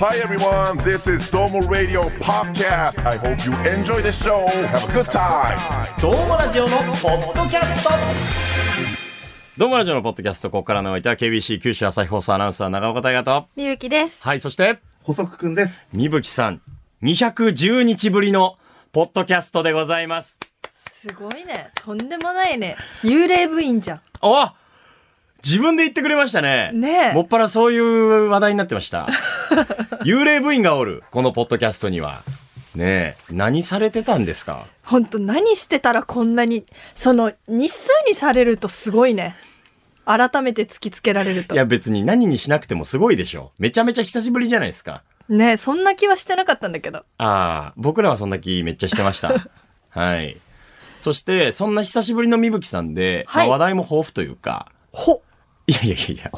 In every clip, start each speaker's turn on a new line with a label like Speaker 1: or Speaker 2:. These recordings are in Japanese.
Speaker 1: Hi everyone, this is Domo Radio Podcast. I hope you enjoy the show. Have a good time.
Speaker 2: どうもラジオのポッドキャスト
Speaker 3: どうもラジオのポッドキャスト、ここからのおいは KBC 九州朝日放送アナウンサー長岡大和と。
Speaker 4: みゆきです。
Speaker 3: はい、そして、
Speaker 5: 補足くんです。
Speaker 3: みぶきさん、210日ぶりのポッドキャストでございます。
Speaker 4: すごいね。とんでもないね。幽霊部員じゃ
Speaker 3: お自分で言ってくれましたね。
Speaker 4: ねえ
Speaker 3: もっぱらそういう話題になってま した。幽霊部員がおる、このポッドキャストには。ねえ、何されてたんですか
Speaker 4: ほんと何してたらこんなに、その日数にされるとすごいね。改めて突きつけられると
Speaker 3: い。や別に何にしなくてもすごいでしょ。めちゃめちゃ久しぶりじゃないですか。
Speaker 4: ねそんな気はしてなかったんだけど。
Speaker 3: ああ、僕らはそんな気めっちゃしてま した。はい。そして、そんな久しぶりのみぶきさんで、
Speaker 4: はい
Speaker 3: まあ話題も豊富というか、
Speaker 4: ほ、
Speaker 3: いやいやいやいや、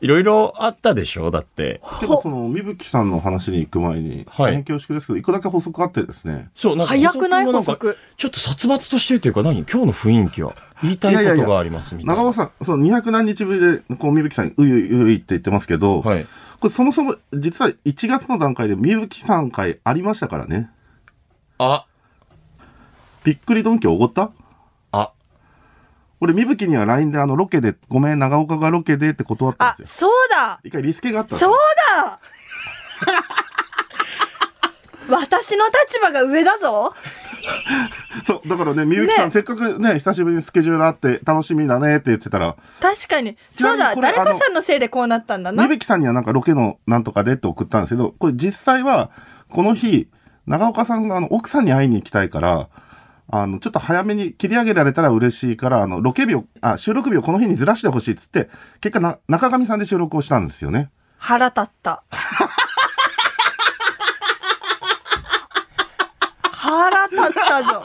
Speaker 3: いろいろあったでしょだって。
Speaker 5: てかその、みぶきさんの話に行く前に、
Speaker 3: はい
Speaker 5: 大変恐縮ですけど、一個だけ補足あってですね。
Speaker 3: そう、なんか
Speaker 4: 早くない
Speaker 3: 補足がんか
Speaker 4: 補足
Speaker 3: ちょっと殺伐としてるというか、何今日の雰囲気は。言いたいことがありますみたい
Speaker 5: 長
Speaker 3: な
Speaker 5: 尾。さん、その200何日ぶりで、こう、みぶきさんに、ういういういって言ってますけど、
Speaker 3: はい。
Speaker 5: これそもそも、実は1月の段階でみぶきさん会ありましたからね。
Speaker 3: あ、
Speaker 5: びっくりドンキーおごった
Speaker 3: あ、
Speaker 5: 俺、みぶきには LINE で、あの、ロケで、ごめん、長岡がロケでって断っ
Speaker 4: あ
Speaker 5: たん、です
Speaker 4: そ
Speaker 5: よ。
Speaker 4: うだ
Speaker 5: 一回リスケがあったんです
Speaker 4: そう
Speaker 5: よ
Speaker 4: だ私の立場が上だぞ
Speaker 5: そう。だからね、みぶきさん、
Speaker 4: ね
Speaker 5: せっかくね、久しぶりにスケジュールあって、楽しみだねって言ってたら、
Speaker 4: 確かに。
Speaker 5: ちな
Speaker 4: そ
Speaker 5: み
Speaker 4: う
Speaker 5: に
Speaker 4: だ
Speaker 5: これ
Speaker 4: 誰かさんのせいでこうなったんだな
Speaker 5: み。ぶきさんにはなんかロケのなんとかでって送ったんですけど、これ実際は、この日、長岡さんがあの奥さんに会いに行きたいから、あの、ちょっと早めに切り上げられたら嬉しいから、あの、ロケ日を、あ、収録日をこの日にずらしてほしいっつって、結果な、中上さんで収録をしたんですよね。
Speaker 4: 腹立った。腹立ったぞ。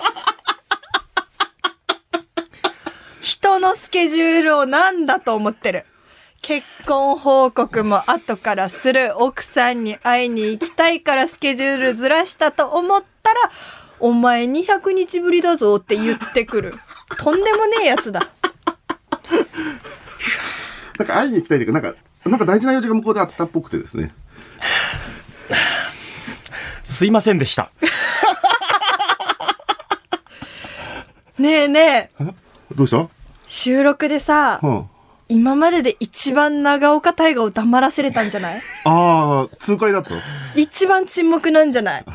Speaker 4: 人のスケジュールを何だと思ってる。結婚報告も後からする奥さんに会いに行きたいからスケジュールずらしたと思ったら、お前200日ぶりだぞって言ってくる。とんでもねえやつだ。
Speaker 5: なんか会いに行きたいというか、なんか、なんか大事な用事が向こうであったっぽくてですね。
Speaker 3: すいませんでした。
Speaker 4: ねえねえ、
Speaker 5: どうしたは
Speaker 4: 収録でさ、
Speaker 5: あ、
Speaker 4: 今までで一番長岡大河を黙らせれたんじ ゃない
Speaker 5: あー、痛快だった
Speaker 4: 一番沈黙なんじゃ ない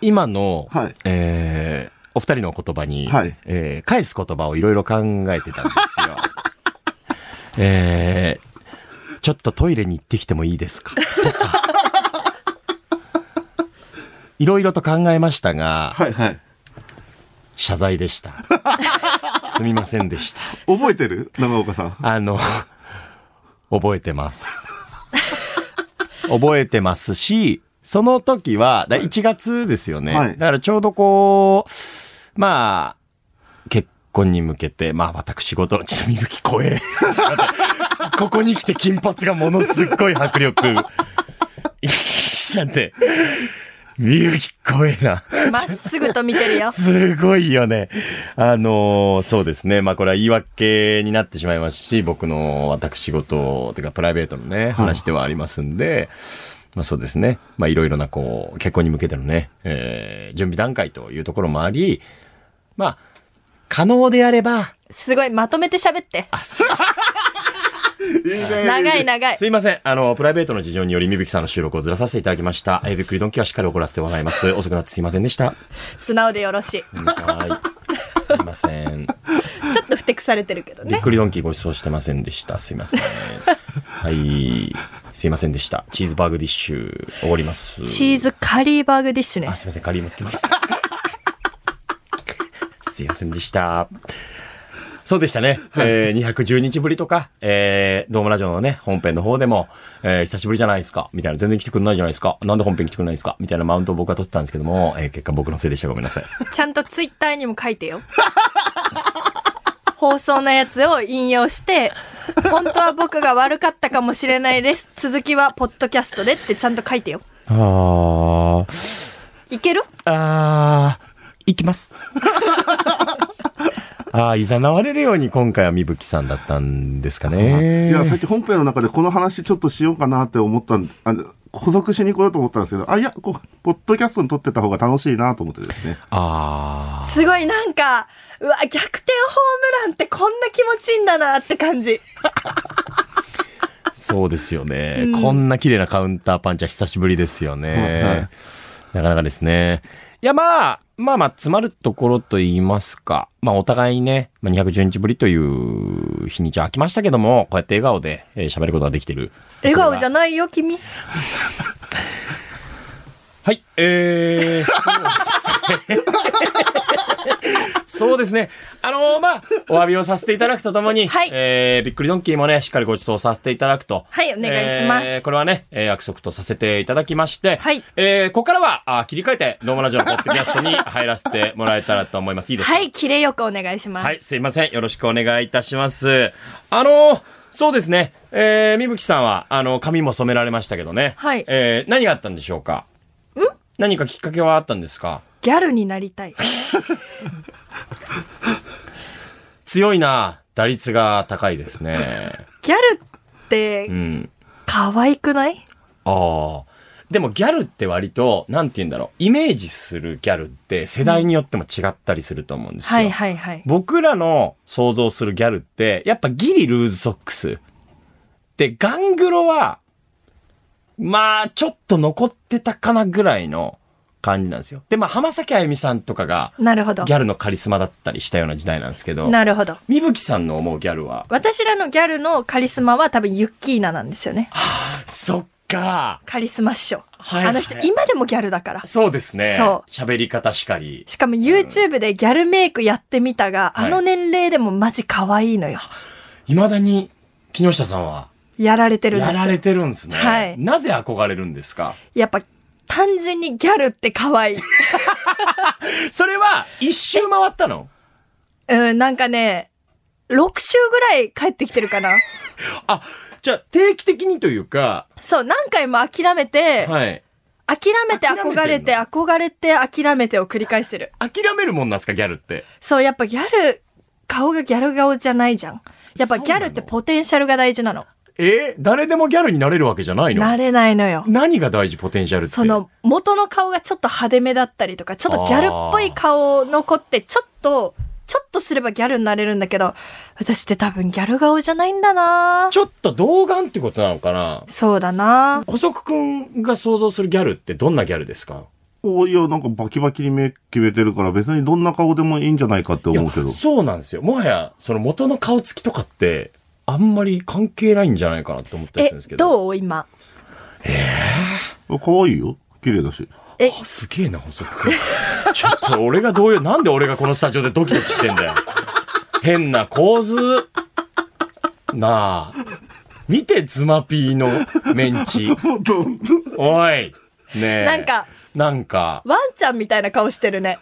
Speaker 3: 今の、
Speaker 5: はい
Speaker 3: えーお二人の言葉に、
Speaker 5: はい
Speaker 3: えー返す言葉をいろいろ考えてたんですよ。 えーちょっとトイレに行ってきてもいいですかとかいろいろと考えましたが、
Speaker 5: はいはい。
Speaker 3: 謝罪でした。すみませんでした。
Speaker 5: 覚えてる長岡さん。
Speaker 3: あの、覚えてます。覚えてますし、その時は、だ1月ですよね。
Speaker 5: はい
Speaker 3: だからちょうどこう、まあ、結婚に向けて、まあ私事、ちょみぶき怖え。 ここに来て金髪がものすっごい迫力。しちゃって。みぶき怖えな。
Speaker 4: まっすぐと見てるよ。
Speaker 3: すごいよね。あのーそうですね。まあこれは言い訳になってしまいますし、僕の私事というかプライベートのね、話ではありますんで、まあそうですね。まあいろいろなこう、結婚に向けてのね、えー準備段階というところもあり、まあ、可能であれば、
Speaker 4: すごい、まとめて喋って。
Speaker 3: あす
Speaker 4: 長い長い。
Speaker 3: すいません。あの、プライベートの事情により、みぶきさんの収録をずらさせていただきました。えー、びっくりドンキはしっかり怒らせてもらいます。遅くなってすいませんでした。
Speaker 4: 素直でよろしい。
Speaker 3: ごめんなさい。すいません。
Speaker 4: ちょっとふてくされてるけど
Speaker 3: びっ
Speaker 4: ね。
Speaker 3: くりドンキーご馳走してませんでした。すい ません。はい。すいませんでした。チーズバーグディッシュ、おごります。
Speaker 4: チーズカリーバーグディッシュね
Speaker 3: あ、。すいません。カリーもつけます。 すいませんでした。そうでしたね。えー、210日ぶりとか、えー、ドームラジオのね、本編の方でも、えー、久しぶりじゃないですか、みたいな、全然来てくれないじゃないですか、なんで本編来てくれないですか、みたいなマウントを僕は取ってたんですけども、えー、結果僕のせいでした。ごめんなさい。
Speaker 4: ちゃんとツイッターにも書いてよ。 放送のやつを引用して、本当は僕が悪かったかもしれないです。続きはポッドキャストでってちゃんと書いてよ。
Speaker 3: あー、
Speaker 4: いける
Speaker 3: あー、行きます。 ああ、いざなわれるように今回はみぶきさんだったんですか
Speaker 5: いや、さっ
Speaker 3: ね。
Speaker 5: き本編の中でこの話ちょっとしようかなって思ったんあの補足しに来ようと思ったんですけど、あ、いや、こう、ポッドキャストに撮ってた方が楽しいなと思ってですね。
Speaker 3: あ
Speaker 4: すごいなんか、うわ、逆転ホームランってこんな気持ちいいんだなって感じ。
Speaker 3: あ、そうですよね、
Speaker 4: うん
Speaker 3: こんな綺麗なカウンターパンチは久しぶりですよ
Speaker 5: はいはい
Speaker 3: ね。なかなかですね。いや、まあ、まあまあ、詰まるところと言いますか。まあ、お互いね、まあ、210日ぶりという日にちは空きましたけども、こうやって笑顔でえー喋、ることができてる。
Speaker 4: 笑顔じゃないよ、君。
Speaker 3: はい、えーそうですね。あのーまあ、お詫びをさせていただくとともに、
Speaker 4: はい
Speaker 3: えーびっくりドンキーもね、しっかりご馳走させていただくと。
Speaker 4: はいお願いします
Speaker 3: えーこれはね、えー約束とさせていただきまして、
Speaker 4: はい
Speaker 3: えーここからは、あ切り替えて、ドームラジオのポッドキャストに入らせてもらえたらと思います。いいですか
Speaker 4: はい、キレよくお願いします。
Speaker 3: はい、すいません。よろしくお願いいたします。あのーそうですね。えー、みぶきさんは、あの、髪も染められましたけどね。
Speaker 4: はい
Speaker 3: えー何があったんでしょうかん何かきっかけはあったんですか
Speaker 4: ギャルになりたい。
Speaker 3: 強いな。打率が高いですね。
Speaker 4: ギャルって
Speaker 3: うん。
Speaker 4: 可愛くない
Speaker 3: ああ。でもギャルって割と、なんて言うんだろう。イメージするギャルって世代によっても違ったりすると思うんですよ。
Speaker 4: はいはいはい。
Speaker 3: 僕らの想像するギャルって、やっぱギリルーズソックス。で、ガングロは、まあ、ちょっと残ってたかなぐらいの感じなんですよ。で、まあ、浜崎あゆみさんとかが、
Speaker 4: なるほど
Speaker 3: ギ。ャルのカリスマだったりしたような時代なんですけど、
Speaker 4: なるほど。
Speaker 3: みぶきさんの思うギャルは、
Speaker 4: 私らのギャルのカリスマは多分ユッキーナなんですよね。
Speaker 3: そっか、
Speaker 4: カリスマ師匠。
Speaker 3: はい
Speaker 4: あの人、
Speaker 3: はい
Speaker 4: 今でもギャルだから。
Speaker 3: そうですね。
Speaker 4: そう
Speaker 3: 喋り方しかり。
Speaker 4: しかも YouTube でギャルメイクやってみたが、
Speaker 3: はい
Speaker 4: あの年齢でもマジ可愛いのよ。
Speaker 3: 未だに、木下さんは、
Speaker 4: やられてるんです
Speaker 3: や
Speaker 4: よ。
Speaker 3: られてるんですね。
Speaker 4: はい
Speaker 3: なぜ憧れるんですか
Speaker 4: やっぱ、単純にギャルって 可愛い。
Speaker 3: それは、一周回ったの
Speaker 4: うん、なんかね、6週ぐらい帰ってきてるかな。
Speaker 3: あ、じゃあ定期的にというか、
Speaker 4: そう、何回も諦めて、
Speaker 3: はい。
Speaker 4: 諦めて
Speaker 3: 諦めてんの
Speaker 4: 憧れて、憧れて諦めてを繰り返してる。
Speaker 3: 諦めるもんなんですか、ギャルって。
Speaker 4: そう、やっぱギャル、顔がギャル顔じゃないじゃん。やっぱギャルってポテンシャルが大事なの。
Speaker 3: えー誰でもギャルになれるわけじゃないの
Speaker 4: なれないのよ。
Speaker 3: 何が大事、ポテンシャルって。
Speaker 4: その、元の顔がちょっと派手めだったりとか、ちょっとギャルっぽい顔の子って、ちょっと、ちょっとすればギャルになれるんだけど、私って多分ギャル顔じゃないんだな
Speaker 3: ちょっと童顔ってことなのかな
Speaker 4: そうだな
Speaker 3: 細くくんが想像するギャルってどんなギャルですか
Speaker 5: おいや、なんかバキバキに目決めてるから別にどんな顔でもいいんじゃないかって
Speaker 3: いや
Speaker 5: 思うけど。
Speaker 3: そうなんですよ。もはや、その元の顔つきとかって、あんまり関係ないんじゃないかなって思ったりす
Speaker 4: え
Speaker 3: るんですけ、ど。う
Speaker 4: どう今。
Speaker 5: 可愛いよ。綺麗だし。
Speaker 4: え、
Speaker 3: すげえな、細くくん。ちょっと俺がどういう、なんで俺がこのスタジオでドキドキしてんだよ。変な構図。なあ。見て、ズマピーのメンチ。おい。ねえ。
Speaker 4: なんか、
Speaker 3: なんか、
Speaker 4: ワンちゃんみたいな顔して るね。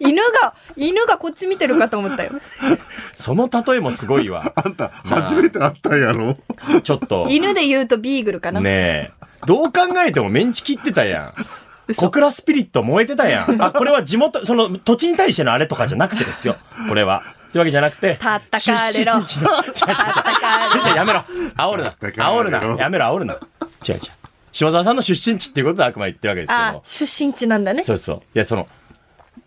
Speaker 4: 犬が、犬がこっち見てるかと思ったよ。
Speaker 3: その例えもすごいわ。
Speaker 5: あんた、初めて会ったんやろ
Speaker 3: ちょっと。ね
Speaker 4: 犬で言うとビーグルかな。
Speaker 3: え。どう考えてもメンチ切ってたやん。
Speaker 4: 嘘
Speaker 3: 小倉スピリット燃えてたやん。あ、これは地元、その土地に対してのあれとかじゃなくてですよ。これは。そういうわけじゃなくて。
Speaker 4: たったかれろ
Speaker 3: 出身地の違う違う違う違う違う やめろ。煽るな。
Speaker 5: たか
Speaker 3: 煽
Speaker 5: れ
Speaker 3: る
Speaker 5: ろ
Speaker 3: な。やめろ、煽るな。違う違う。島沢さんの出身地っていうことであくまで言ってるわけですけ
Speaker 4: あ
Speaker 3: ど、。
Speaker 4: 出身地なんだね。
Speaker 3: そうそう。いや、その、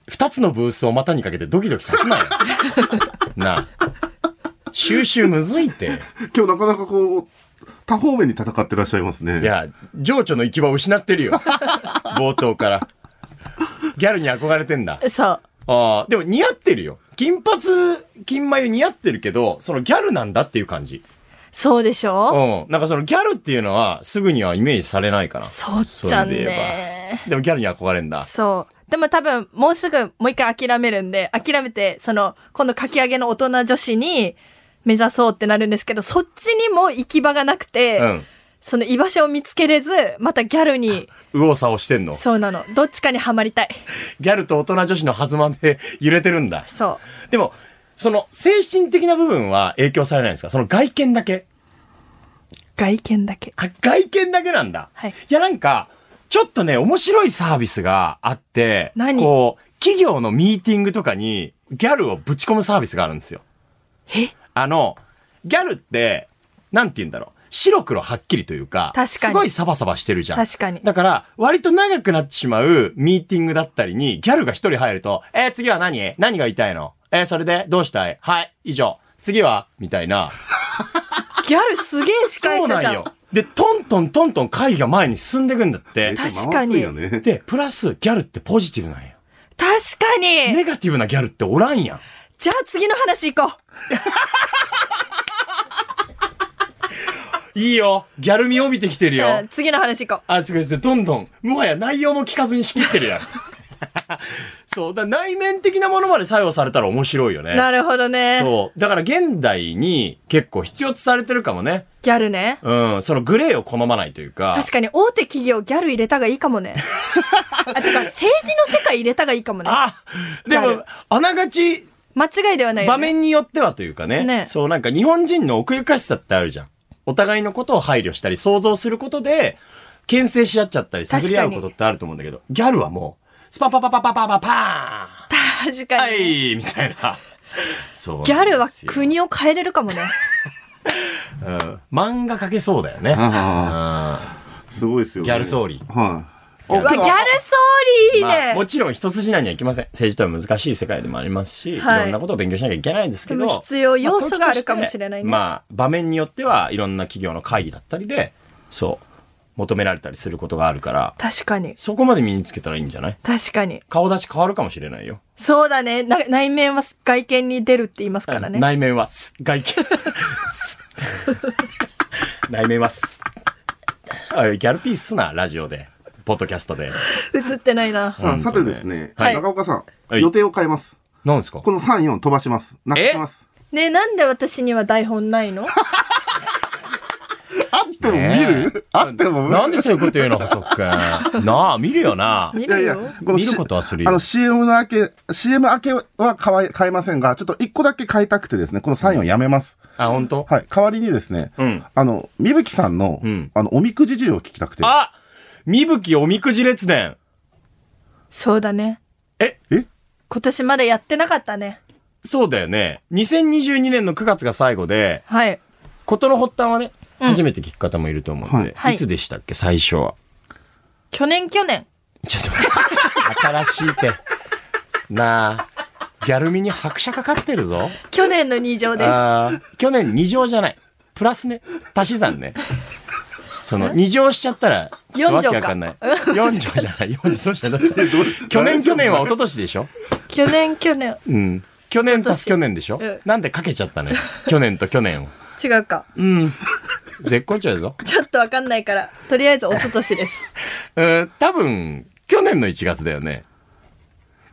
Speaker 3: 二つのブースを股にかけてドキドキさすなよ。なあ。収集むずいって。
Speaker 5: 今日なかなかこう、多方面に戦ってらっしゃいますね。
Speaker 3: いや、情緒の行き場を失ってるよ。冒頭から。ギャルに憧れてんだ。
Speaker 4: そう。
Speaker 3: ああ、でも似合ってるよ。金髪、金眉似合ってるけど、そのギャルなんだっていう感じ。
Speaker 4: そうでしょ
Speaker 3: うん。なんかそのギャルっていうのは、すぐにはイメージされないかな。
Speaker 4: そうじゃん
Speaker 3: それで言え
Speaker 4: ね。
Speaker 3: ばでもギャルに憧れんだ。
Speaker 4: そう。でも多分、もうすぐ、もう一回諦めるんで、諦めて、その、今度かき上げの大人女子に目指そうってなるんですけど、そっちにも行き場がなくて、
Speaker 3: うん。
Speaker 4: その居場所を見つけれず、またギャ ルに、
Speaker 3: 右往左往してんの。
Speaker 4: そうなの、どっちかにはまりたい。
Speaker 3: ギャルと大人女子の狭間で 揺れてるんだ。
Speaker 4: そう。
Speaker 3: でも、その精神的な部分は影響されないんですかその外見だけ。
Speaker 4: 外見だけ。
Speaker 3: あ、外見だけなんだ。
Speaker 4: はい
Speaker 3: や、なんか、ちょっとね、面白いサービスがあって、
Speaker 4: 何
Speaker 3: こう、企業のミーティングとかに、ギャルをぶち込むサービスがあるんですよ。えあの、ギャルって、なんて言うんだろう。白黒はっきりというか、
Speaker 4: 確かに
Speaker 3: すごいサバサバしてるじゃん。
Speaker 4: 確かに
Speaker 3: だから、割と長くなってしまうミーティングだったりに、ギャルが一人入ると、えー、次は何何が言いたいのえー、それでどうしたいはい、以上。次はみたいな。
Speaker 4: ギャルすげえ司会
Speaker 3: そう
Speaker 4: 者
Speaker 3: な
Speaker 4: じゃ
Speaker 3: ん
Speaker 4: ん。
Speaker 3: よ。で、トントントントン会が前に進んでいくんだって。
Speaker 4: 確かに
Speaker 5: 回すよね
Speaker 3: で、プラスギャルってポジティブなんや。
Speaker 4: 確かに、
Speaker 3: ネガティブなギャルっておらんやん。
Speaker 4: じゃあ次の話行こう。
Speaker 3: いいよ。ギャル味帯びてきてるよ。
Speaker 4: うん次の話行こ
Speaker 3: あ、すごいですね。どんどん、もはや内容も聞かずに仕切ってるやん。 そう。だから内面的なものまで作用されたら面白いよ
Speaker 4: う。
Speaker 3: ね。
Speaker 4: なるほどね。
Speaker 3: そう。だから現代に結構必要とされてるかもね。
Speaker 4: ギャルね。
Speaker 3: うん。そのグレーを好まないというか。
Speaker 4: 確かに大手企業ギャル入れたがいいかも ね。あ、てか政治の世界入れたがいいかもね。
Speaker 3: あで
Speaker 4: ギャ
Speaker 3: も
Speaker 4: ル、
Speaker 3: あながち
Speaker 4: 間違いではないよ、ね。
Speaker 3: 場面によってはというかね。
Speaker 4: ね
Speaker 3: そう、なんか日本人の奥ゆかしさってあるじゃん。お互いのことを配慮したり、想像することで、牽制し合っちゃったり、探り合うことってあると思うんだけど、ギャルはもう、スパパパパパパパパーン
Speaker 4: 確か
Speaker 3: は
Speaker 4: に、
Speaker 3: い、みたいな。そうなんです
Speaker 4: ギ
Speaker 3: よ
Speaker 4: ャルは国を変えれるかもね。
Speaker 3: うん漫画描けそうだよね。
Speaker 5: あ
Speaker 3: う
Speaker 5: あすごいですよ、
Speaker 3: ん
Speaker 5: ね。
Speaker 3: ギャル
Speaker 5: ー
Speaker 3: 総理。
Speaker 5: はい。
Speaker 4: うわ、ギャルソーリーいい
Speaker 3: まあ、
Speaker 4: ね。
Speaker 3: もちろん一筋縄にはいきません。政治とは難しい世界でもありますし、
Speaker 4: はい
Speaker 3: いろんなことを勉強しなきゃいけないんですけ
Speaker 4: で
Speaker 3: ど。
Speaker 4: も必要要素があるかも
Speaker 3: ま時とて
Speaker 4: しれないね
Speaker 3: まあ、場面によってはいろんな企業の会議だったりで、そう、求められたりすることがあるから、
Speaker 4: 確かに。
Speaker 3: そこまで身につけたらいいんじゃない
Speaker 4: 確かに。
Speaker 3: 顔出し変わるかもしれないよ。
Speaker 4: そうだね。な内面は外見に出るって言いますからね。
Speaker 3: 内面はす、外見。 す内面はす。おいギャルピースすな、ラジオで。ポッドキャストで。
Speaker 4: 映ってないな。
Speaker 5: さあ、さてですね、
Speaker 4: はい
Speaker 5: 中岡さん、
Speaker 3: はい
Speaker 5: 予定を変えます。
Speaker 3: なんですか
Speaker 5: この3、4飛ばします。なくします。
Speaker 4: ねえなんで私には台本な いの
Speaker 5: あっても見る、
Speaker 3: ねえ
Speaker 5: あっても見る
Speaker 3: なんでそういうこと言うの、細く君。なあ、見るよな。
Speaker 4: 見
Speaker 5: いや
Speaker 4: る
Speaker 5: いや
Speaker 4: よ。、
Speaker 3: 見ることはするよ
Speaker 5: あの CM の明け、CM 明けは変わ変えませんが、ちょっと1個だけ変えたくてですね、この3、4やめます。
Speaker 3: あ、本当？
Speaker 5: はい。代わりにですね、
Speaker 3: うん。
Speaker 5: あの、みぶきさんの、
Speaker 3: うん
Speaker 5: あの、おみくじ事情を聞きたくて。
Speaker 3: あみぶきおみくじ列伝。
Speaker 4: そうだね。
Speaker 5: え
Speaker 4: 今年まだやってなかったね。
Speaker 3: そうだよね。2022年の9月が最後で、
Speaker 4: はい。
Speaker 3: ことの発端はね、
Speaker 4: うん
Speaker 3: 初めて聞く方もいると思うんで、
Speaker 4: はい
Speaker 3: いつでしたっけ、最初は。
Speaker 4: 去年去年。
Speaker 3: ちょっと待って、 新しいって。なあ、ギャルミに拍車かかってるぞ。
Speaker 4: 去年の二乗です。
Speaker 3: あー去年2乗じゃない。プラスね、足し算ね。その、2乗しちゃったら、ちょっとわけわかんない。4乗じゃない。4乗どうしたどうした去年去年は一昨年でしょ
Speaker 4: 去年去年。
Speaker 3: うん。去年足す去年でしょ、
Speaker 4: うん
Speaker 3: なんでかけちゃったのよ。去年と去年を。
Speaker 4: 違うか。
Speaker 3: うん。絶好調だぞ。
Speaker 4: ちょっとわかんないから、とりあえず一昨年です。
Speaker 3: うん、多分、去年の1月だよね。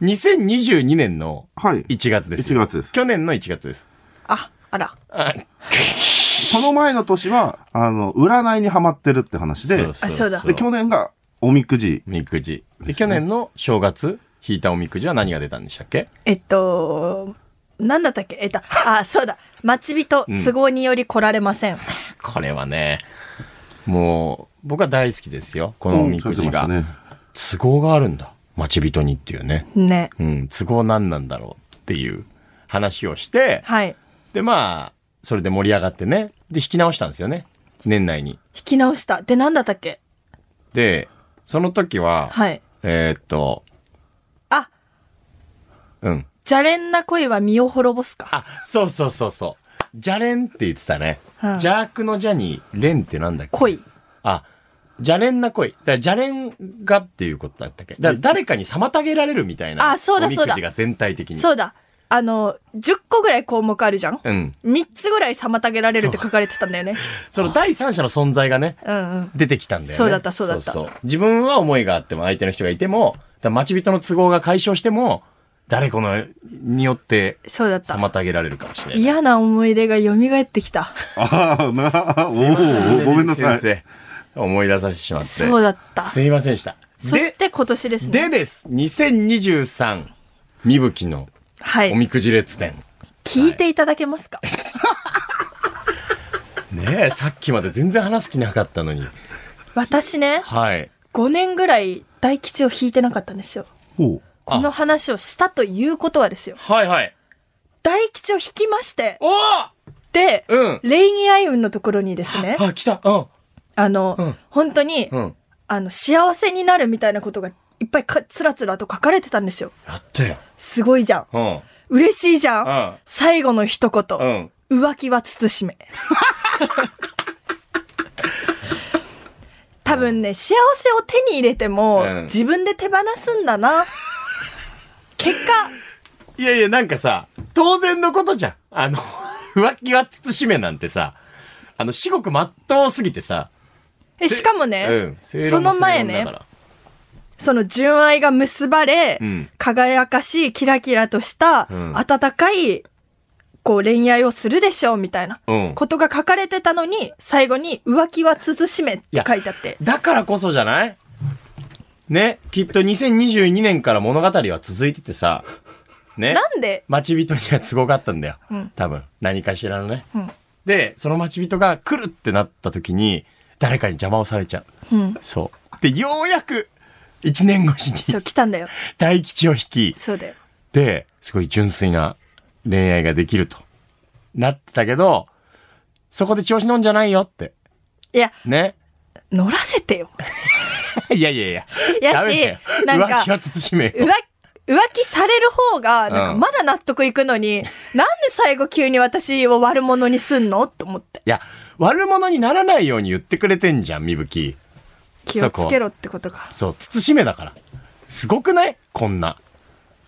Speaker 3: 2022年の
Speaker 5: はい。
Speaker 3: 1月です
Speaker 5: 1
Speaker 3: よ。
Speaker 5: 月です。
Speaker 3: 去年の1月です。
Speaker 4: あ、あら。
Speaker 3: あ
Speaker 5: その前の年は、あの、占いにハマってるって話で、
Speaker 4: そうだ
Speaker 5: で、去年がおみくじ。
Speaker 3: みくじ。で、去年の正月、引いたおみくじは何が出たんでしたっけ
Speaker 4: えっと、なんだったっけえっと、あ、そうだ。待ち人、
Speaker 3: うん
Speaker 4: 都合により来られません。
Speaker 3: これはね、もう、僕は大好きですよ。このおみくじが。
Speaker 5: うんそう言って
Speaker 3: 都合があるんだ。待ち人にっていうね。
Speaker 4: ね。
Speaker 3: うん、都合何なんだろうっていう話をして、
Speaker 4: はい。
Speaker 3: で、まあ、それで盛り上がってね。で、引き直したんですよね。年内に。
Speaker 4: 引き直した。で、なんだったっけ
Speaker 3: で、その時は、
Speaker 4: はい。
Speaker 3: えーっと、
Speaker 4: あ、
Speaker 3: うん。
Speaker 4: じゃれんな恋は身を滅ぼすか。
Speaker 3: あ、そうそうそうそう。じゃれんって言ってたね。
Speaker 4: うん
Speaker 3: 邪悪のじゃに、れんってなんだっけ
Speaker 4: 恋。
Speaker 3: あ、じゃれんな恋。だからじゃれんがっていうことだったっけだから誰かに妨げられるみたいな。
Speaker 4: あそうだそうだ
Speaker 3: おみくじが全体的に。
Speaker 4: そうだ。あの、10個ぐらい項目あるじゃん
Speaker 3: うん。
Speaker 4: 3つぐらい妨げられるって書かれてたんだよね。
Speaker 3: その第三者の存在がね、
Speaker 4: うんうん。
Speaker 3: 出てきたんだよね。
Speaker 4: そうだったそうだった
Speaker 3: そうそう自分は思いがあっても相手の人がいても、だから待ち人の都合が解消しても、誰この、によって
Speaker 4: そうだった。
Speaker 3: 妨げられるかもしれない。
Speaker 4: 嫌な思い出が蘇ってきた。
Speaker 5: ああ、な あ、お
Speaker 3: すいません
Speaker 5: お
Speaker 3: ね
Speaker 5: ごめんなさい。
Speaker 3: 先生。思い出させてしまって。
Speaker 4: そうだった。
Speaker 3: すいませんでした。
Speaker 4: そして今年です
Speaker 3: で、で
Speaker 4: ね。
Speaker 3: です。2023、みぶきの
Speaker 4: は
Speaker 3: お
Speaker 4: い。
Speaker 3: みくじ列伝。
Speaker 4: 聞いていただけますか
Speaker 3: ねえ、さっきまで全然話す気なかったのに。
Speaker 4: 私ね、
Speaker 3: はい。
Speaker 4: 5年ぐらい大吉を引いてなかったんですよ。
Speaker 5: ほう
Speaker 4: この話をしたということはですよ。
Speaker 3: はいはい。
Speaker 4: 大吉を引きまして、
Speaker 3: おお
Speaker 4: で、
Speaker 3: うん
Speaker 4: レイニーアイウンのところにですね、
Speaker 3: あ、来た。うん。
Speaker 4: あの、
Speaker 3: うん
Speaker 4: 本当に、
Speaker 3: うん。
Speaker 4: あの、幸せになるみたいなことがいっぱいかつらつらと書かれてたんですよ。
Speaker 3: やったよ。
Speaker 4: すごいじゃん。
Speaker 3: うん。
Speaker 4: 嬉しいじゃん。
Speaker 3: うん
Speaker 4: 最後の一言。
Speaker 3: うん。
Speaker 4: 浮気は慎 め。多分ね、幸せを手に入れても、
Speaker 3: うん
Speaker 4: 自分で手放すんだな。結果、
Speaker 3: いやいや、なんかさ、当然のことじゃん。あの、 浮気は慎めなんてさ、あの、至極真っ当すぎてさ。
Speaker 4: えしかもね、
Speaker 3: うん。正
Speaker 4: そ
Speaker 3: 論も
Speaker 4: の前
Speaker 3: 正論
Speaker 4: ね
Speaker 3: だ、から
Speaker 4: その純愛が結ばれ、
Speaker 3: うん
Speaker 4: 輝かしいキラキラとした
Speaker 3: うん
Speaker 4: 温かい、こう恋愛をするでしょうみたいな
Speaker 3: うん
Speaker 4: ことが書かれてたのに、最後に浮気は慎めって書いてあって。
Speaker 3: だからこそじゃないね。きっと2022年から物語は続いててさ、ね。
Speaker 4: なんで
Speaker 3: 待ち人には都合があったんだよ。
Speaker 4: うん
Speaker 3: 多分。何かしらのね。
Speaker 4: うん
Speaker 3: で、その待ち人が来るってなった時に、誰かに邪魔をされちゃう。
Speaker 4: うん。
Speaker 3: そう。で、ようやく、一年越し
Speaker 4: そ
Speaker 3: に
Speaker 4: う、来たんだよ。
Speaker 3: 大吉を引き、
Speaker 4: そうだよ。
Speaker 3: で、すごい純粋な恋愛ができると。なってたけど、そこで調子乗んじゃないよって。
Speaker 4: いや、
Speaker 3: ね。
Speaker 4: 乗らせてよ。
Speaker 3: いやいやい や。
Speaker 4: いや
Speaker 3: ダメだ
Speaker 4: し
Speaker 3: よ、
Speaker 4: なんか
Speaker 3: 浮気、は慎めよ
Speaker 4: 浮浮気される方が、なんか
Speaker 3: うん
Speaker 4: まだ納得いく のに、なんで最後急に私を悪者にすんのと思って。
Speaker 3: いや、悪者にならないように言ってくれてんじゃん、みぶき。
Speaker 4: 気をつけろってことか。
Speaker 3: そう、慎めだから。すごくないこんな。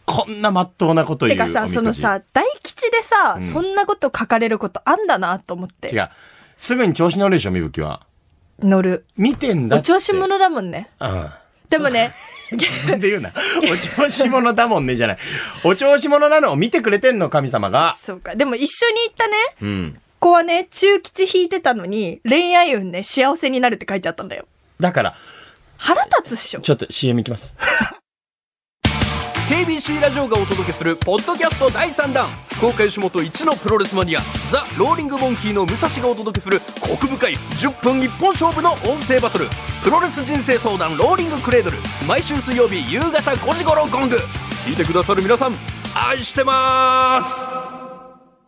Speaker 3: こんな真っ当なこと言
Speaker 4: て
Speaker 3: う
Speaker 4: か
Speaker 3: お
Speaker 4: さ、
Speaker 3: みくじ
Speaker 4: そのさ、大吉でさ、
Speaker 3: うん
Speaker 4: そんなこと書かれることあんだなと思っ
Speaker 3: 違
Speaker 4: て。
Speaker 3: う。すぐに調子乗るでしょ、みぶきは。
Speaker 4: 乗る。
Speaker 3: 見てんだ
Speaker 4: お
Speaker 3: って。
Speaker 4: 調子者だもんね。
Speaker 3: うん。
Speaker 4: でもね、
Speaker 3: 自 分で言うな。お調子者だもんね、じゃない。お調子者なのを見てくれてんの、神様が。
Speaker 4: そうか。でも一緒に行ったね、
Speaker 3: うん。
Speaker 4: 子はね、中吉引いてたのに、恋愛運ね、幸せになるって書いてあったんだよ。
Speaker 3: だから、
Speaker 4: 腹立つっしょ。
Speaker 3: ちょっと CM いきます。
Speaker 6: KBC ラジオがお届けするポッドキャスト第3弾福岡吉本一のプロレスマニアザ・ローリングモンキーの武蔵がお届けするコク深い10分一本勝負の音声バトルプロレス人生相談ローリングクレードル毎週水曜日夕方5時頃ゴング聞いてくださる皆さん愛してます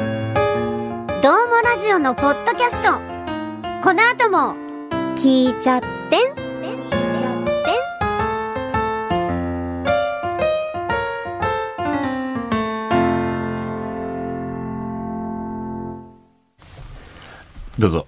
Speaker 7: どうもラジオのポッドキャストこの後も聞いちゃってん聞いちゃってん
Speaker 3: どうぞ。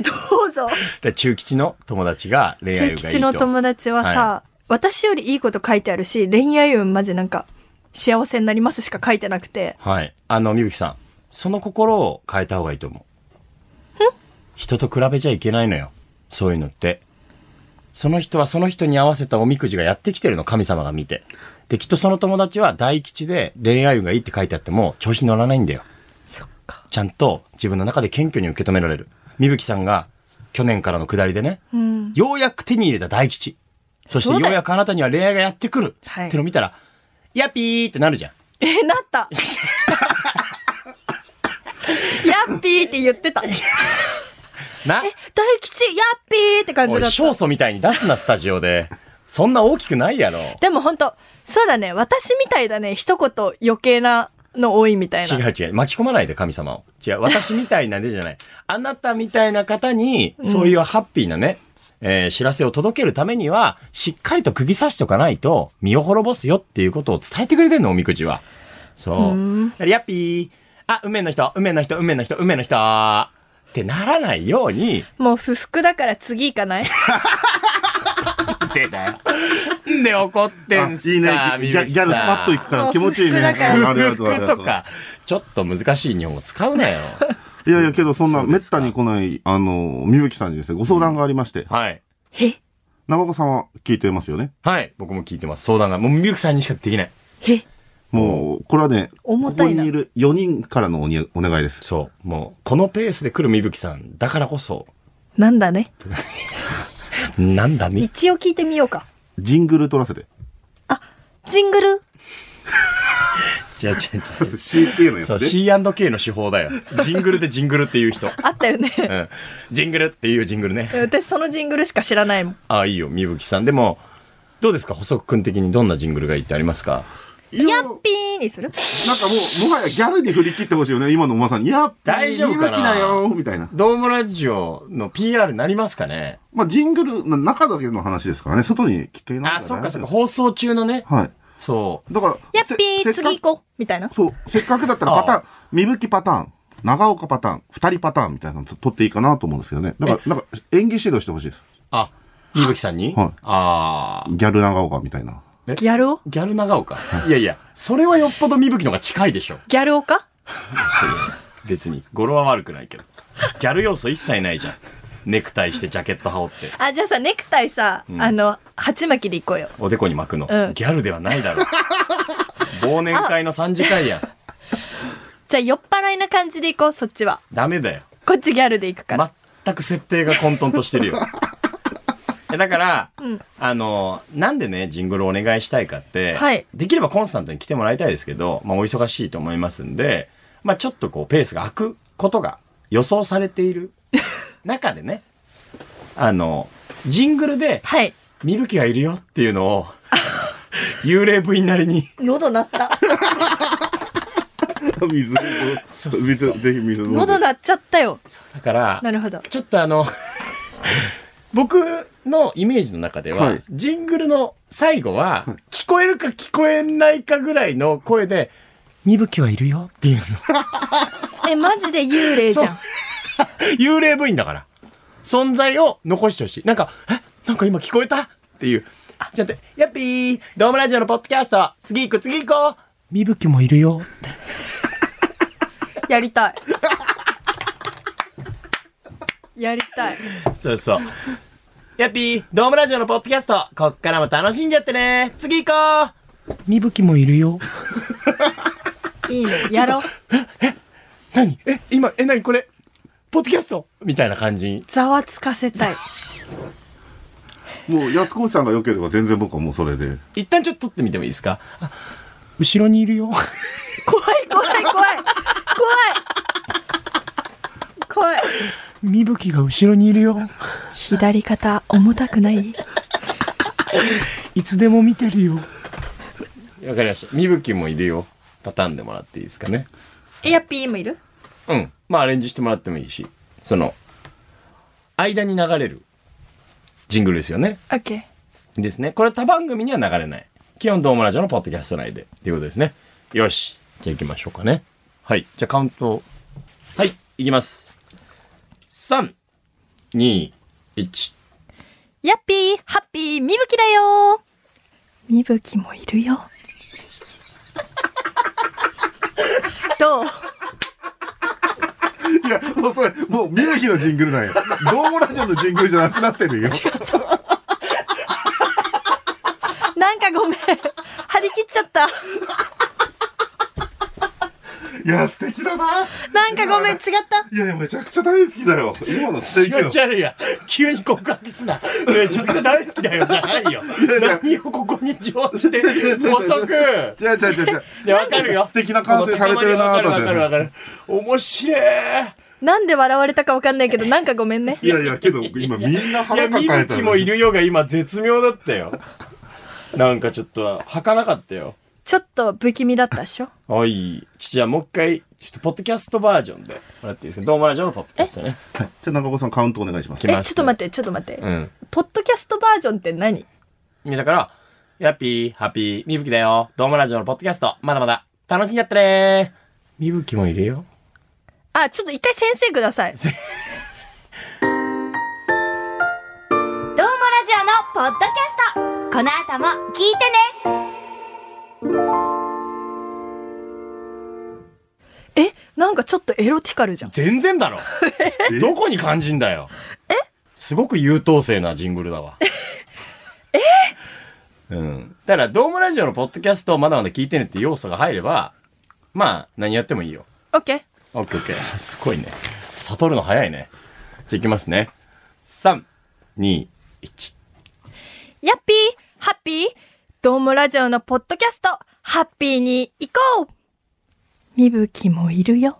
Speaker 4: どうぞ。
Speaker 3: で中吉の友達が恋愛
Speaker 4: 中
Speaker 3: 運がいいと。
Speaker 4: 吉の友達はさ、
Speaker 3: は
Speaker 4: 私よりいいこと書いてあるし恋愛運マジなんか幸せになりますしか書いてなくて
Speaker 3: はい。あの、みぶきさん、その心を変えた方がいいと思う。人と比べちゃいけないのよ。そういうのって。その人はその人に合わせたおみくじがやってきてるの、神様が見て。で、きっとその友達は大吉で恋愛運がいいって書いてあっても調子乗らないんだよ。ちゃんと自分の中で謙虚に受け止められる。みぶきさんが去年からの下りでね、
Speaker 4: うん
Speaker 3: ようやく手に入れた大吉。そして
Speaker 4: そう
Speaker 3: よ
Speaker 4: だよ
Speaker 3: うやくあなたには恋愛がやってくる。
Speaker 4: はい
Speaker 3: ってのを見たら、やっぴーってなるじゃん。
Speaker 4: えなったヤッピーって言ってた大
Speaker 3: な
Speaker 4: 吉ヤッピーって感じ
Speaker 3: おい、
Speaker 4: だっ
Speaker 3: 勝
Speaker 4: た
Speaker 3: 訴みたいに出すな、スタジオで。 そんな大きくない やろ。
Speaker 4: でも本当そうだね私みたいだね一言余計なの多いみたい
Speaker 3: 違
Speaker 4: な
Speaker 3: う違う。巻き込まないで、神様を。違う。私みたいなんでじゃ ない。あなたみたいな方に、そういうハッピーなね、えー知らせを届けるためには、しっかりと釘刺しておかないと、身を滅ぼすよっていうことを伝えてくれてんの、おみくじは。そう。やっぴー。あ、運命の人、運命の人、運命の人、運命の人。ってならないように、
Speaker 4: もう不服だから次行かない
Speaker 5: 出たよ。
Speaker 3: んで怒ってん
Speaker 5: いい
Speaker 3: す
Speaker 5: ね。ギ
Speaker 3: か、
Speaker 5: ャ
Speaker 3: み
Speaker 5: ギ
Speaker 3: ぶ
Speaker 5: ャル
Speaker 3: き
Speaker 5: ス
Speaker 3: さん
Speaker 5: パッといくから気持ちいいね。
Speaker 4: もう不服だから
Speaker 5: ありがとうあ
Speaker 3: 服
Speaker 5: りがと
Speaker 3: と
Speaker 5: う
Speaker 3: か、ちょっと難しい日本語使うなよ。
Speaker 5: いやいや、けどそんな
Speaker 3: そうで
Speaker 5: 滅
Speaker 3: すか
Speaker 5: 多に来ない、あの、みぶきさんにですね、ご相談がありまして、
Speaker 3: はい。
Speaker 4: え
Speaker 5: 長岡さんは聞いてますよね。
Speaker 3: はい。僕も聞いてます。相談が。もうミルクさんにしかできない。
Speaker 4: え
Speaker 5: もう、これはね、こ
Speaker 4: 重
Speaker 5: こ
Speaker 4: たいな
Speaker 5: にいる4人からのおにお願いです。
Speaker 3: そう。もう、このペースで来るみぶきさんだからこそ、
Speaker 4: なんだね
Speaker 3: なんだ ね。
Speaker 4: 一応聞いてみようか
Speaker 5: ジングル取らせて。
Speaker 4: ジングル
Speaker 3: じゃあ、じゃあ、じ
Speaker 5: CT の
Speaker 3: ゃあ。そう、C&K の手法だよ。ジングルでジングルっていう人。
Speaker 4: あったよね
Speaker 3: うん。ジングルっていうジングルね。
Speaker 4: 私そのジングルしか知らないもん
Speaker 3: ああ、いいよ、みぶきさん。でも、どうですか細く君的にどんなジングルがいいってありますか
Speaker 5: や
Speaker 8: やっぴーにする
Speaker 5: なんかもう、もはやギャルに振り切ってほしいよね、今のまさに。いや、
Speaker 3: 大丈夫かな
Speaker 5: 見向きだよ、みたいな。
Speaker 3: ドームラジオの PR なりますかね
Speaker 5: まあ、ジングル、な中だけの話ですからね、外に聞けない
Speaker 3: あ、そっかそっか、放送中のね。
Speaker 5: はい。
Speaker 3: そ
Speaker 5: だから、
Speaker 8: やっぴー
Speaker 5: せせっかく
Speaker 8: 次行こうみたいな。
Speaker 5: そう、せっかくだったらパターン、見向きパターン、長岡パターン、二人パターンみたいなのと取っていいかなと思うんですけどね。だから、なんか演技指導してほしいです。
Speaker 3: う。あ、いぶきさんに、
Speaker 5: はい
Speaker 3: ああ。
Speaker 5: ギャル長岡みた いな。
Speaker 4: ギャルを
Speaker 3: ギャル長岡。いやいや、それはよっぽどみぶきの方が近いでしょ。
Speaker 4: ギャルをか
Speaker 3: 別に。語呂は悪くないけど。ギャル要素一切ないじゃん。ネクタイしてジャケット羽織って。
Speaker 4: あ、じゃあさ、ネクタイさ、
Speaker 3: ん
Speaker 4: あの、鉢巻きで行こうよ。
Speaker 3: おでこに巻くの。
Speaker 4: うん
Speaker 3: ギャルではないだ ろう。忘年会の3次会やん。
Speaker 4: じゃあ酔っ払いな感じで行こう、そっちは。
Speaker 3: ダメだよ。
Speaker 4: こっちギャルで行くから。
Speaker 3: 全く設定が混沌としてるよ。えだから、
Speaker 4: ん
Speaker 3: あの、なんでね、ジングルお願いしたいかって、
Speaker 4: はい
Speaker 3: できればコンスタントに来てもらいたいですけど、まあお忙しいと思いますんで、まあちょっとこうペースが開くことが予想されてい る中でね、あの、ジングルで、
Speaker 4: はい。
Speaker 3: みぶきがいるよっていうの を、幽霊部員なりに、
Speaker 4: 喉鳴った。
Speaker 5: 水を、
Speaker 3: うそうそう
Speaker 5: 水、ぜひ水を飲んで
Speaker 4: 喉鳴っちゃったよ。
Speaker 3: だから、
Speaker 4: なるほど。
Speaker 3: ちょっとあの、 僕のイメージの中では、
Speaker 5: はい
Speaker 3: ジングルの最後は、聞こえるか聞こえないかぐらいの声で、みぶきはいるよっていうの。
Speaker 4: え、マジで幽霊じゃん。
Speaker 3: 幽霊部員だから。存在を残してほしい。なんか、えなんか今聞こえたっていう。ちょっと、やっぴー、ドームラジオのポッドキャスト、次行く、次行こうみぶきもいるよって。
Speaker 4: やりたい。やりたい。
Speaker 3: そうそう。やっぴー、ドームラジオのポッドキャスト、こっからも楽しんじゃってね次行こうみぶきもいるよ。
Speaker 4: いいね。やろう。
Speaker 3: 何え今え何これポッドキャストみたいな感じに
Speaker 4: ざわつかせたい。
Speaker 5: もう、安越さんが良ければ全然僕はもうそれで。
Speaker 3: 一旦ちょっと撮ってみてもいいですかあ後ろにいるよ
Speaker 4: 怖い怖い怖い。怖い。怖い。
Speaker 3: みぶきが後ろにいるよ
Speaker 4: 左肩重たくない
Speaker 3: いつでも見てるよわかりましたみぶきもいるよパターンでもらっていいですかね
Speaker 4: え、やっぴーもいる
Speaker 3: うんまあアレンジしてもらってもいいしその間に流れるジングルですよね
Speaker 4: オッケー。
Speaker 3: ですねこれ他番組には流れない基本ドームラジオのポッドキャスト内でっていうことですねよしじゃあ行きましょうかねはいじゃあカウントはい行きます321
Speaker 8: やっぴー、ハッピー、みぶきだよ
Speaker 4: みぶきもいるよ。 どう
Speaker 5: いや、もうそれ、もう、みゆきのジングルなん や。どうもラジオのジングルじゃなくなってるよ。
Speaker 4: なんかごめん。張り切っちゃった。
Speaker 5: いや、素敵だな。
Speaker 8: なんか ごめん、違った。
Speaker 5: いやいや、めちゃくちゃ大好きだよ。今の素敵
Speaker 3: 気
Speaker 5: よ
Speaker 3: 持。ち悪いや急に告白すなめちゃくちゃ大好きだよじゃないよ何をここに乗じて補足
Speaker 5: 違う違う違う違う。
Speaker 3: いやわかるよ
Speaker 5: 素敵な感性されてるな
Speaker 3: わ
Speaker 5: ぁ
Speaker 3: かる
Speaker 5: と思っ
Speaker 3: わ
Speaker 5: て
Speaker 3: かるわかる面白え
Speaker 4: なんで笑われたかわかんないけど、なんかごめんね。
Speaker 5: いやいや、けど、今みんない
Speaker 3: や、
Speaker 5: 腹抱
Speaker 3: み
Speaker 5: え
Speaker 3: ぶ
Speaker 5: た
Speaker 3: きもいるよが今絶妙だったよ。なんかちょっと、儚かったよ。
Speaker 4: ちょっと不気味だったっしょ
Speaker 3: おい、じゃあもう一回、ちょっとポッドキャストバージョンでもらっていいですかどうもラジオのポッドキャストね。
Speaker 5: はいじゃあ、中岡さん、カウントお願いします
Speaker 3: 来。
Speaker 4: え、ちょ
Speaker 3: ま
Speaker 4: っ
Speaker 3: した
Speaker 4: と待って、ちょっと待って。
Speaker 3: うん。
Speaker 4: ポッドキャストバージョンって何
Speaker 3: いやだから、ヤッピー、ハッピー、みぶきだよ。どうもラジオのポッドキャスト、まだまだ、楽しんじゃってねみぶきもいるよ。
Speaker 4: あ、ちょっと一回先生ください。
Speaker 7: どうもラジオのポッドキャストこの後も聞いてね
Speaker 4: え、なんかちょっとエロティカルじゃん。
Speaker 3: 全然だろどこに感じんだよえすごく優等生なジングル だわ。えうん。だから、ドームラジオのポッドキャストをまだまだ聞いてねって要素が入れば、まあ、何やってもいいよ。
Speaker 4: オッケー。
Speaker 3: オッケーオッケー。すごいね。悟るの早いね。じゃあ、いきますね。3、2、1。
Speaker 4: やっぴー、ハッピー、ドームラジオのポッドキャスト、ハッピーに行こうみぶきもいるよ。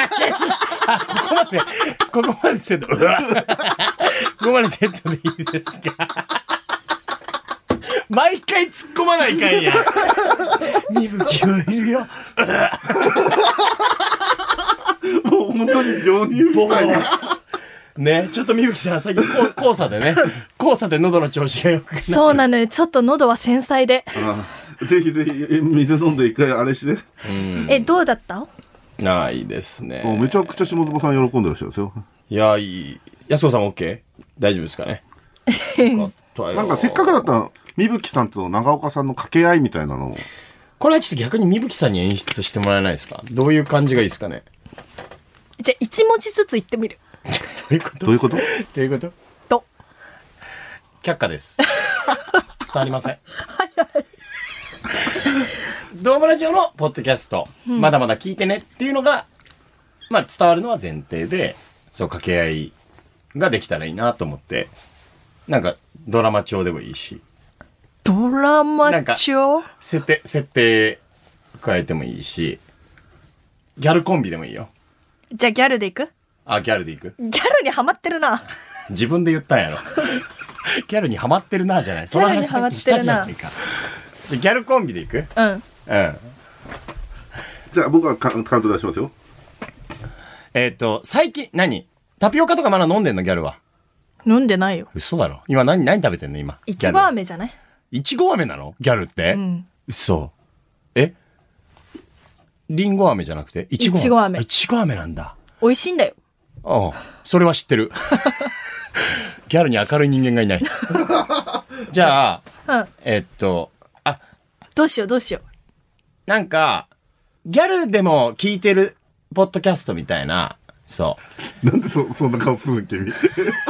Speaker 3: ここまで、ここまでせんと、うわ5までセットでいいですか毎回突っ込まないかんや。みぶきはいるよ。
Speaker 5: もう本当に病人
Speaker 3: ボ
Speaker 5: みたいな。
Speaker 3: ーね、ちょっとみぶきさん、最近こう黄砂でね、黄砂で喉の調子がよくな
Speaker 4: そうなのよ。ちょっと喉は繊細で。
Speaker 5: うん ぜひぜひ、え水飲んで一回あれして。
Speaker 4: え、どうだった
Speaker 3: ないですね。
Speaker 5: もうめちゃくちゃ下妻さん喜んでらっしゃるんですよ。
Speaker 3: いや、いい。安子さん OK? 大丈夫ですかね。な
Speaker 5: なんかせっかくだったら、みぶきさんと長岡さんの掛け合いみたいなのを。
Speaker 3: これはちょっと逆にみぶきさんに演出してもらえないですかどういう感じがいいですかね
Speaker 4: じゃあ、一文字ずつ言ってみる。
Speaker 3: どういうこと
Speaker 5: どういうこと
Speaker 3: どういうこと
Speaker 4: と。
Speaker 3: 却下です。伝わりません。ドームラジオのポッドキャスト、まだまだ聞いてねっていうのが、まあ伝わるのは前提で、そう掛け合いができたらいいなと思って、なんかドラマ調でもいいし、
Speaker 4: ドラマ調
Speaker 3: 設定、設定変えてもいいし、ギャルコンビでもいいよ。
Speaker 4: じゃあ、ギャルでいく
Speaker 3: あ、ギャルでいく
Speaker 4: ギャルにハマってるな。
Speaker 3: 自分で言ったんやろ。 ギャルにハマってるなじゃない。その話さっきしたじゃないか。じゃあギャルコンビでいく
Speaker 4: うん。
Speaker 3: うん。
Speaker 5: じゃあ僕はカカウント出しますよ。
Speaker 3: えっ、と、最近、何タピオカとかまだ飲んでんのギャルは。
Speaker 4: 飲んでないよ。
Speaker 3: 嘘だろ。今何、何食べてんの今。
Speaker 4: いちご
Speaker 3: ギャル。
Speaker 4: 飴じゃない
Speaker 3: いちご飴なのギャルって。
Speaker 4: うん。
Speaker 3: 嘘。えリンゴ飴じゃなくていちご
Speaker 4: いちご飴
Speaker 3: あいちご飴なんだ。
Speaker 4: 美味しいんだよ。
Speaker 3: ああ、それは知って る。ギャルに明るい人間がい ない。じゃあ、
Speaker 4: うん
Speaker 3: えっと、あ、
Speaker 4: どうしよう、どうしよ
Speaker 3: なんか、ギャルでも聞いてるポッドキャストみたいな、そう。
Speaker 5: なんでそ、そんな顔するん 君。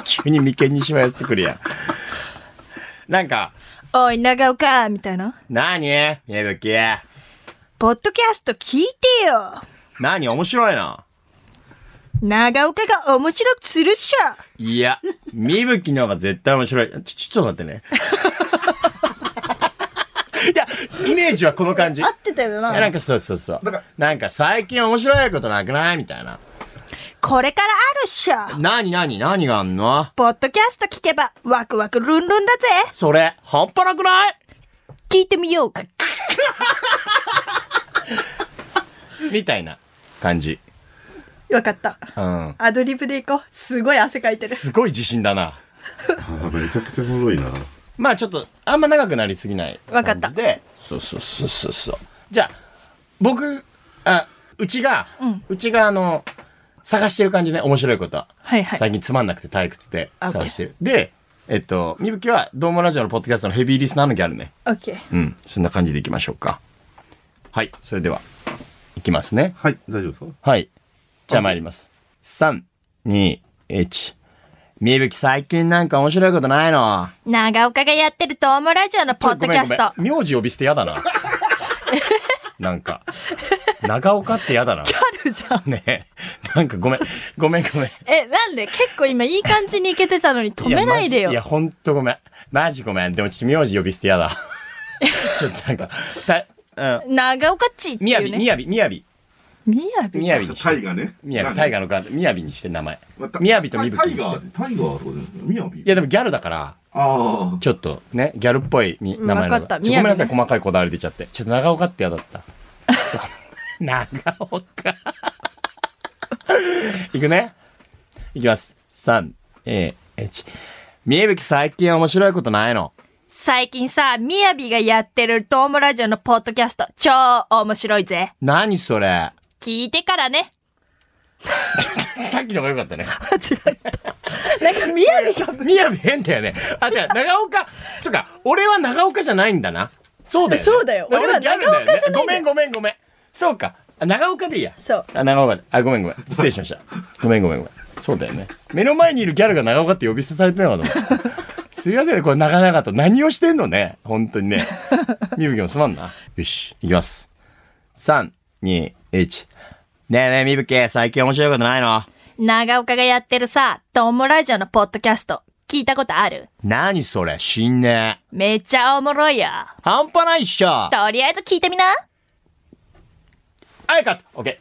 Speaker 3: 急に眉間にしわ寄せてくるやん。なんか、
Speaker 4: う。おい、長岡みたいな。
Speaker 3: なにみぶき。
Speaker 4: ポッドキャスト聞いてよ
Speaker 3: なに面白いの
Speaker 4: 長岡が面白くするっしょ
Speaker 3: いや、みぶきの方が絶対面白い。ちょ、ちょっと待 ってね。いや、イメージはこの感じ。い
Speaker 4: 合ってたよ
Speaker 3: や、
Speaker 4: な
Speaker 3: なんかそうそうそう。なんか最近面白いことなくないみたいな。
Speaker 4: これからあるっしょ
Speaker 3: なになに何があんの
Speaker 4: ポッドキャスト聞けばワクワクルンルンだぜ
Speaker 3: それ、半端なくない
Speaker 4: 聞いてみよう
Speaker 3: みたいな感じ。
Speaker 4: わかった。
Speaker 3: うん。
Speaker 4: アドリブでいこう。すごい汗かいてる。
Speaker 3: すごい自信だな。
Speaker 5: あめちゃくちゃおもろいな。
Speaker 3: まあちょっと、あんま長くなりすぎない
Speaker 4: わかっ
Speaker 3: 感
Speaker 4: た
Speaker 3: じで。そうそうそうそうそう。じゃあ、僕、あ、うちが、うちがあの、探してる感じね、面白いことは。
Speaker 4: はいはい
Speaker 3: 最近つまんなくて退屈で
Speaker 4: あ OK
Speaker 3: 探してる。で、えっと、みぶきは、どうもラジオのポッドキャストのヘビーリスナーのギャルね。
Speaker 4: オッケー。
Speaker 3: うん。そんな感じでいきましょうか。はい。それでは、いきますね。
Speaker 5: はい、大丈夫ですか
Speaker 3: はい。じゃあ参ります。3、2、1。みぶき最近なんか面白いことないの
Speaker 8: 長岡がやってるトーモラジオのポッドキャスト。
Speaker 3: ごめんごめん名字呼び捨てやだ な。なんか。長岡ってやだな。
Speaker 4: あるじゃん。
Speaker 3: ねえなんかごめん。ごめんごめん。
Speaker 4: え、なんで結構今いい感じにいけてたのに止めないで
Speaker 3: いやマジいや、
Speaker 4: よ。
Speaker 3: ほんとごめん。マジごめん。でもちょっと名字呼び捨てや だ。ちょっとなんか、た、うん。
Speaker 4: 長岡っちって
Speaker 3: みや
Speaker 4: いう
Speaker 3: び、み
Speaker 4: ね。
Speaker 3: やび、みやび、
Speaker 4: みやび
Speaker 3: みやびにし
Speaker 5: タイ
Speaker 3: て。
Speaker 5: ガね。
Speaker 3: みやび、大河のガード、みやびにして名前
Speaker 5: ま。た
Speaker 3: みやびとみぶき
Speaker 5: タイ
Speaker 3: にし
Speaker 5: ガ
Speaker 3: て。
Speaker 5: ー、タイガーとかじゃないみやび
Speaker 3: いや、でもギャルだから、
Speaker 5: ああ。
Speaker 3: ちょっとね、ギャルっぽいみ名前の
Speaker 4: わかった
Speaker 3: ちょごめんなさ
Speaker 4: 宮城
Speaker 3: い、
Speaker 4: ね
Speaker 3: 細かいこだわり出ちゃって。ちょっと長岡って嫌だ った。長岡。 いくね。いきます。3、えー、1。みえぶき最近面白いことないの
Speaker 4: 最近さ、みやびがやってるトーモラジオのポッドキャスト、超面白いぜ。
Speaker 3: 何そ れ
Speaker 4: 聞いてからね。
Speaker 3: さっきのが良かったね。
Speaker 4: なんか、みやびが、
Speaker 3: みやび変だよね。あ、じゃあ長岡、そうか、俺は長岡じゃないんだな。そうだよ、ね。
Speaker 4: そうだよ俺は
Speaker 3: ギャルだよね
Speaker 4: 長岡じゃない
Speaker 3: ごめ
Speaker 4: んだよ
Speaker 3: んごめんごめん。そうか。あ長岡でいいや。
Speaker 4: そう。
Speaker 3: あ、長岡で。あ、ごめんごめん。失礼しました。ごめんごめんごめん。そうだよね。目の前にいるギャルが長岡って呼び捨てされてるのかと思ってた。すいませんね、これ長々と。何をしてんのね。本当にね。みぶきもすまんな。よし、いきます。3、2、1。ねえねえ、みぶき、最近面白いことないの
Speaker 8: 長岡がやってるさ、トーモラジオのポッドキャスト。聞いたことある
Speaker 3: 何それ、死んねえ。
Speaker 8: めっちゃおもろいよ。
Speaker 3: 半端ないっしょ。
Speaker 8: とりあえず聞いてみな。
Speaker 3: はい、カット。オッケ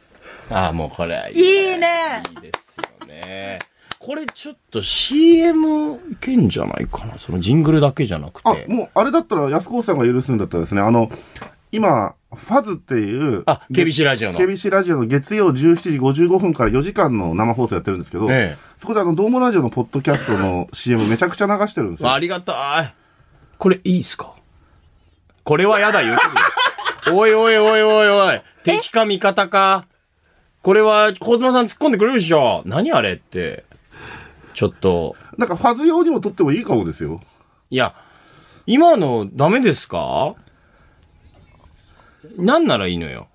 Speaker 3: ー。ああ、もうこれはいい
Speaker 4: いいね。
Speaker 3: ですよね。これちょっと CM いけんじゃないかな。そのジングルだけじゃなく
Speaker 5: あ、
Speaker 3: て。
Speaker 5: もう、あれだったら、安子さんが許すんだったらですね、あの、今、ファズっていう、
Speaker 3: あ、KBC ラジオの。
Speaker 5: KBC ラジオの月曜17時55分から4時間の生放送やってるんですけど、
Speaker 3: え
Speaker 5: そこであの、ドームラジオのポッドキャストの CM めちゃくちゃ流してるんです
Speaker 3: え。あ
Speaker 5: よ。
Speaker 3: りがたい。これいいっすかこれはやだ言うてるよ おいおいおいおいおい。敵か味方か。これは、小妻さん突っ込んでくれるでしょ。何あれって。ちょっと。
Speaker 5: なんかファズ用にも撮ってもいいかもです よ。
Speaker 3: いや、今のダメですかなんならいいのよ。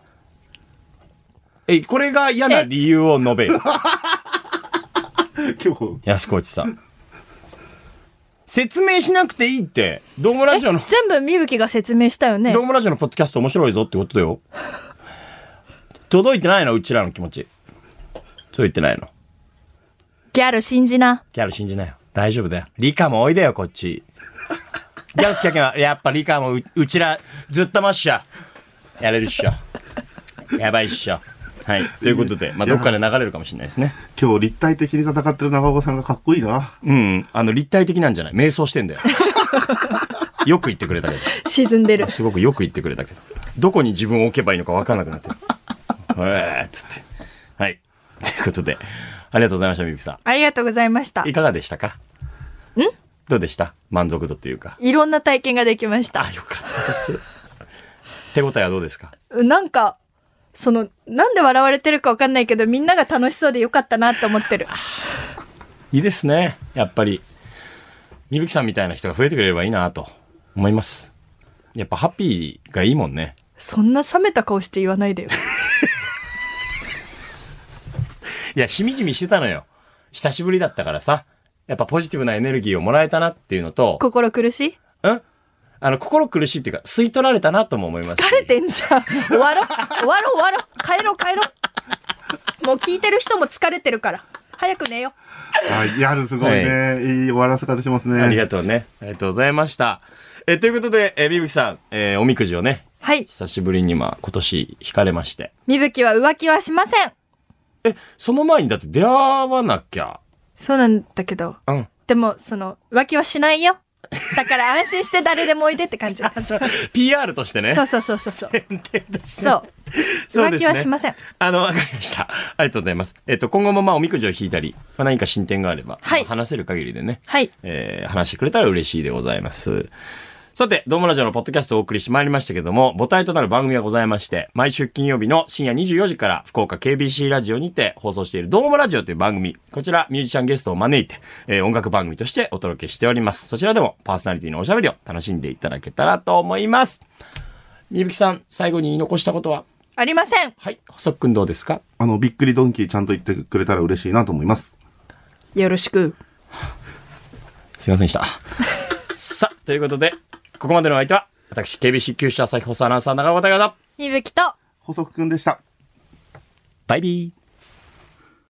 Speaker 3: え、これが嫌な理由を述べよ。
Speaker 5: 今日。
Speaker 3: 安河内さん。説明しなくていいって、ドームラジオの、
Speaker 4: 全部みぶきが説明したよね
Speaker 3: ドームラジオのポッドキャスト面白いぞってことだよ。届いてないの、うちらの気持ち。届いてないの。
Speaker 8: ギャル信じな。
Speaker 3: ギャル信じなよ。大丈夫だよ。理科もおいでよ、こっち。ギャル好きやけんは、やっぱ理科もううちら、ずっとまっしゃ。やれるっしょ。やばいっしょ。はい。ということで、まあ、どっかで流れるかもしれないですね。
Speaker 5: 今日立体的に戦ってる長岡さんがかっこいいな。
Speaker 3: うん。あの、立体的なんじゃない瞑想してんだよ。よく言ってくれたけ
Speaker 4: 沈んでる
Speaker 3: ど。すごくよく言ってくれたけど。どこに自分を置けばいいのかわからなくなってる。 えーっつって。はい。 ということで、ありがとうございました、みゆきさ
Speaker 4: ありがとうございました
Speaker 3: ん。いかがでしたかんどうでした満足度というか。
Speaker 4: いろんな体験ができました
Speaker 3: あ、よかったです。 手応えはどうですか
Speaker 4: なんかそのなんで笑われてるかわかんないけどみんなが楽しそうでよかったなって思ってる
Speaker 3: いいですね。やっぱり、みぶきさんみたいな人が増えてくれればいいなと思います。やっぱハッピーがいいもんね。
Speaker 4: そんな冷めた顔して言わない でよ
Speaker 3: いや、しみじみしてたのよ。久しぶりだったからさ。やっぱポジティブなエネルギーをもらえたなっていうのと、
Speaker 4: 心苦しい
Speaker 3: うんあの、心苦しいっていうか、吸い取られたなとも思いますし。
Speaker 4: 疲れてんじゃん終わろう終わろう終わろう帰ろう帰ろうもう聞いてる人も疲れてるから早く寝よう
Speaker 5: あ、やるすごいね。い、い終わらせ方しますね。
Speaker 3: ありがとうね。ありがとうございました。え、ということで、え、みぶきさん、えーおみくじをね、
Speaker 4: はい
Speaker 3: 久しぶりにまあ、今年引かれまして。
Speaker 4: みぶきは浮気はしません
Speaker 3: え、その前にだって出会わなきゃ。
Speaker 4: そうなんだけど
Speaker 3: うん。
Speaker 4: でもその浮気はしないよだから安心して誰でもおいでっ て感じ
Speaker 3: PR としてね。
Speaker 4: そうそうそうそ うそうそう
Speaker 3: そう
Speaker 4: 浮
Speaker 3: です
Speaker 4: 気
Speaker 3: ね
Speaker 4: はしません
Speaker 3: あの、わかりました。ありがとうございます。えっと、今後もまあ、おみくじを引いたり、まあ、何か進展があれば、
Speaker 4: はい
Speaker 3: まあ話せる限りでね、
Speaker 4: はい
Speaker 3: えー話してくれたら嬉しいでございます。さて、ドームラジオのポッドキャストをお送りしてまいりましたけども、母体となる番組がございまして、毎週金曜日の深夜24時から福岡 KBC ラジオにて放送しているドームラジオという番組、こちらミュージシャンゲストを招いて、えー音楽番組としてお届けしております。そちらでもパーソナリティのおしゃべりを楽しんでいただけたらと思います。みぶきさん、最後に言い残したことは
Speaker 4: ありません
Speaker 3: はい、細くんどうですか
Speaker 5: あの、びっくりドンキーちゃんと言ってくれたら嬉しいなと思います。
Speaker 4: よろしく
Speaker 3: すいませんでした。 さあ、ということで、ここまでのお相手は、私、KBC 九州朝日放送アナウンサー長尾太賀だ。
Speaker 4: みぶきと
Speaker 5: 細くくんでした。
Speaker 3: バイビー。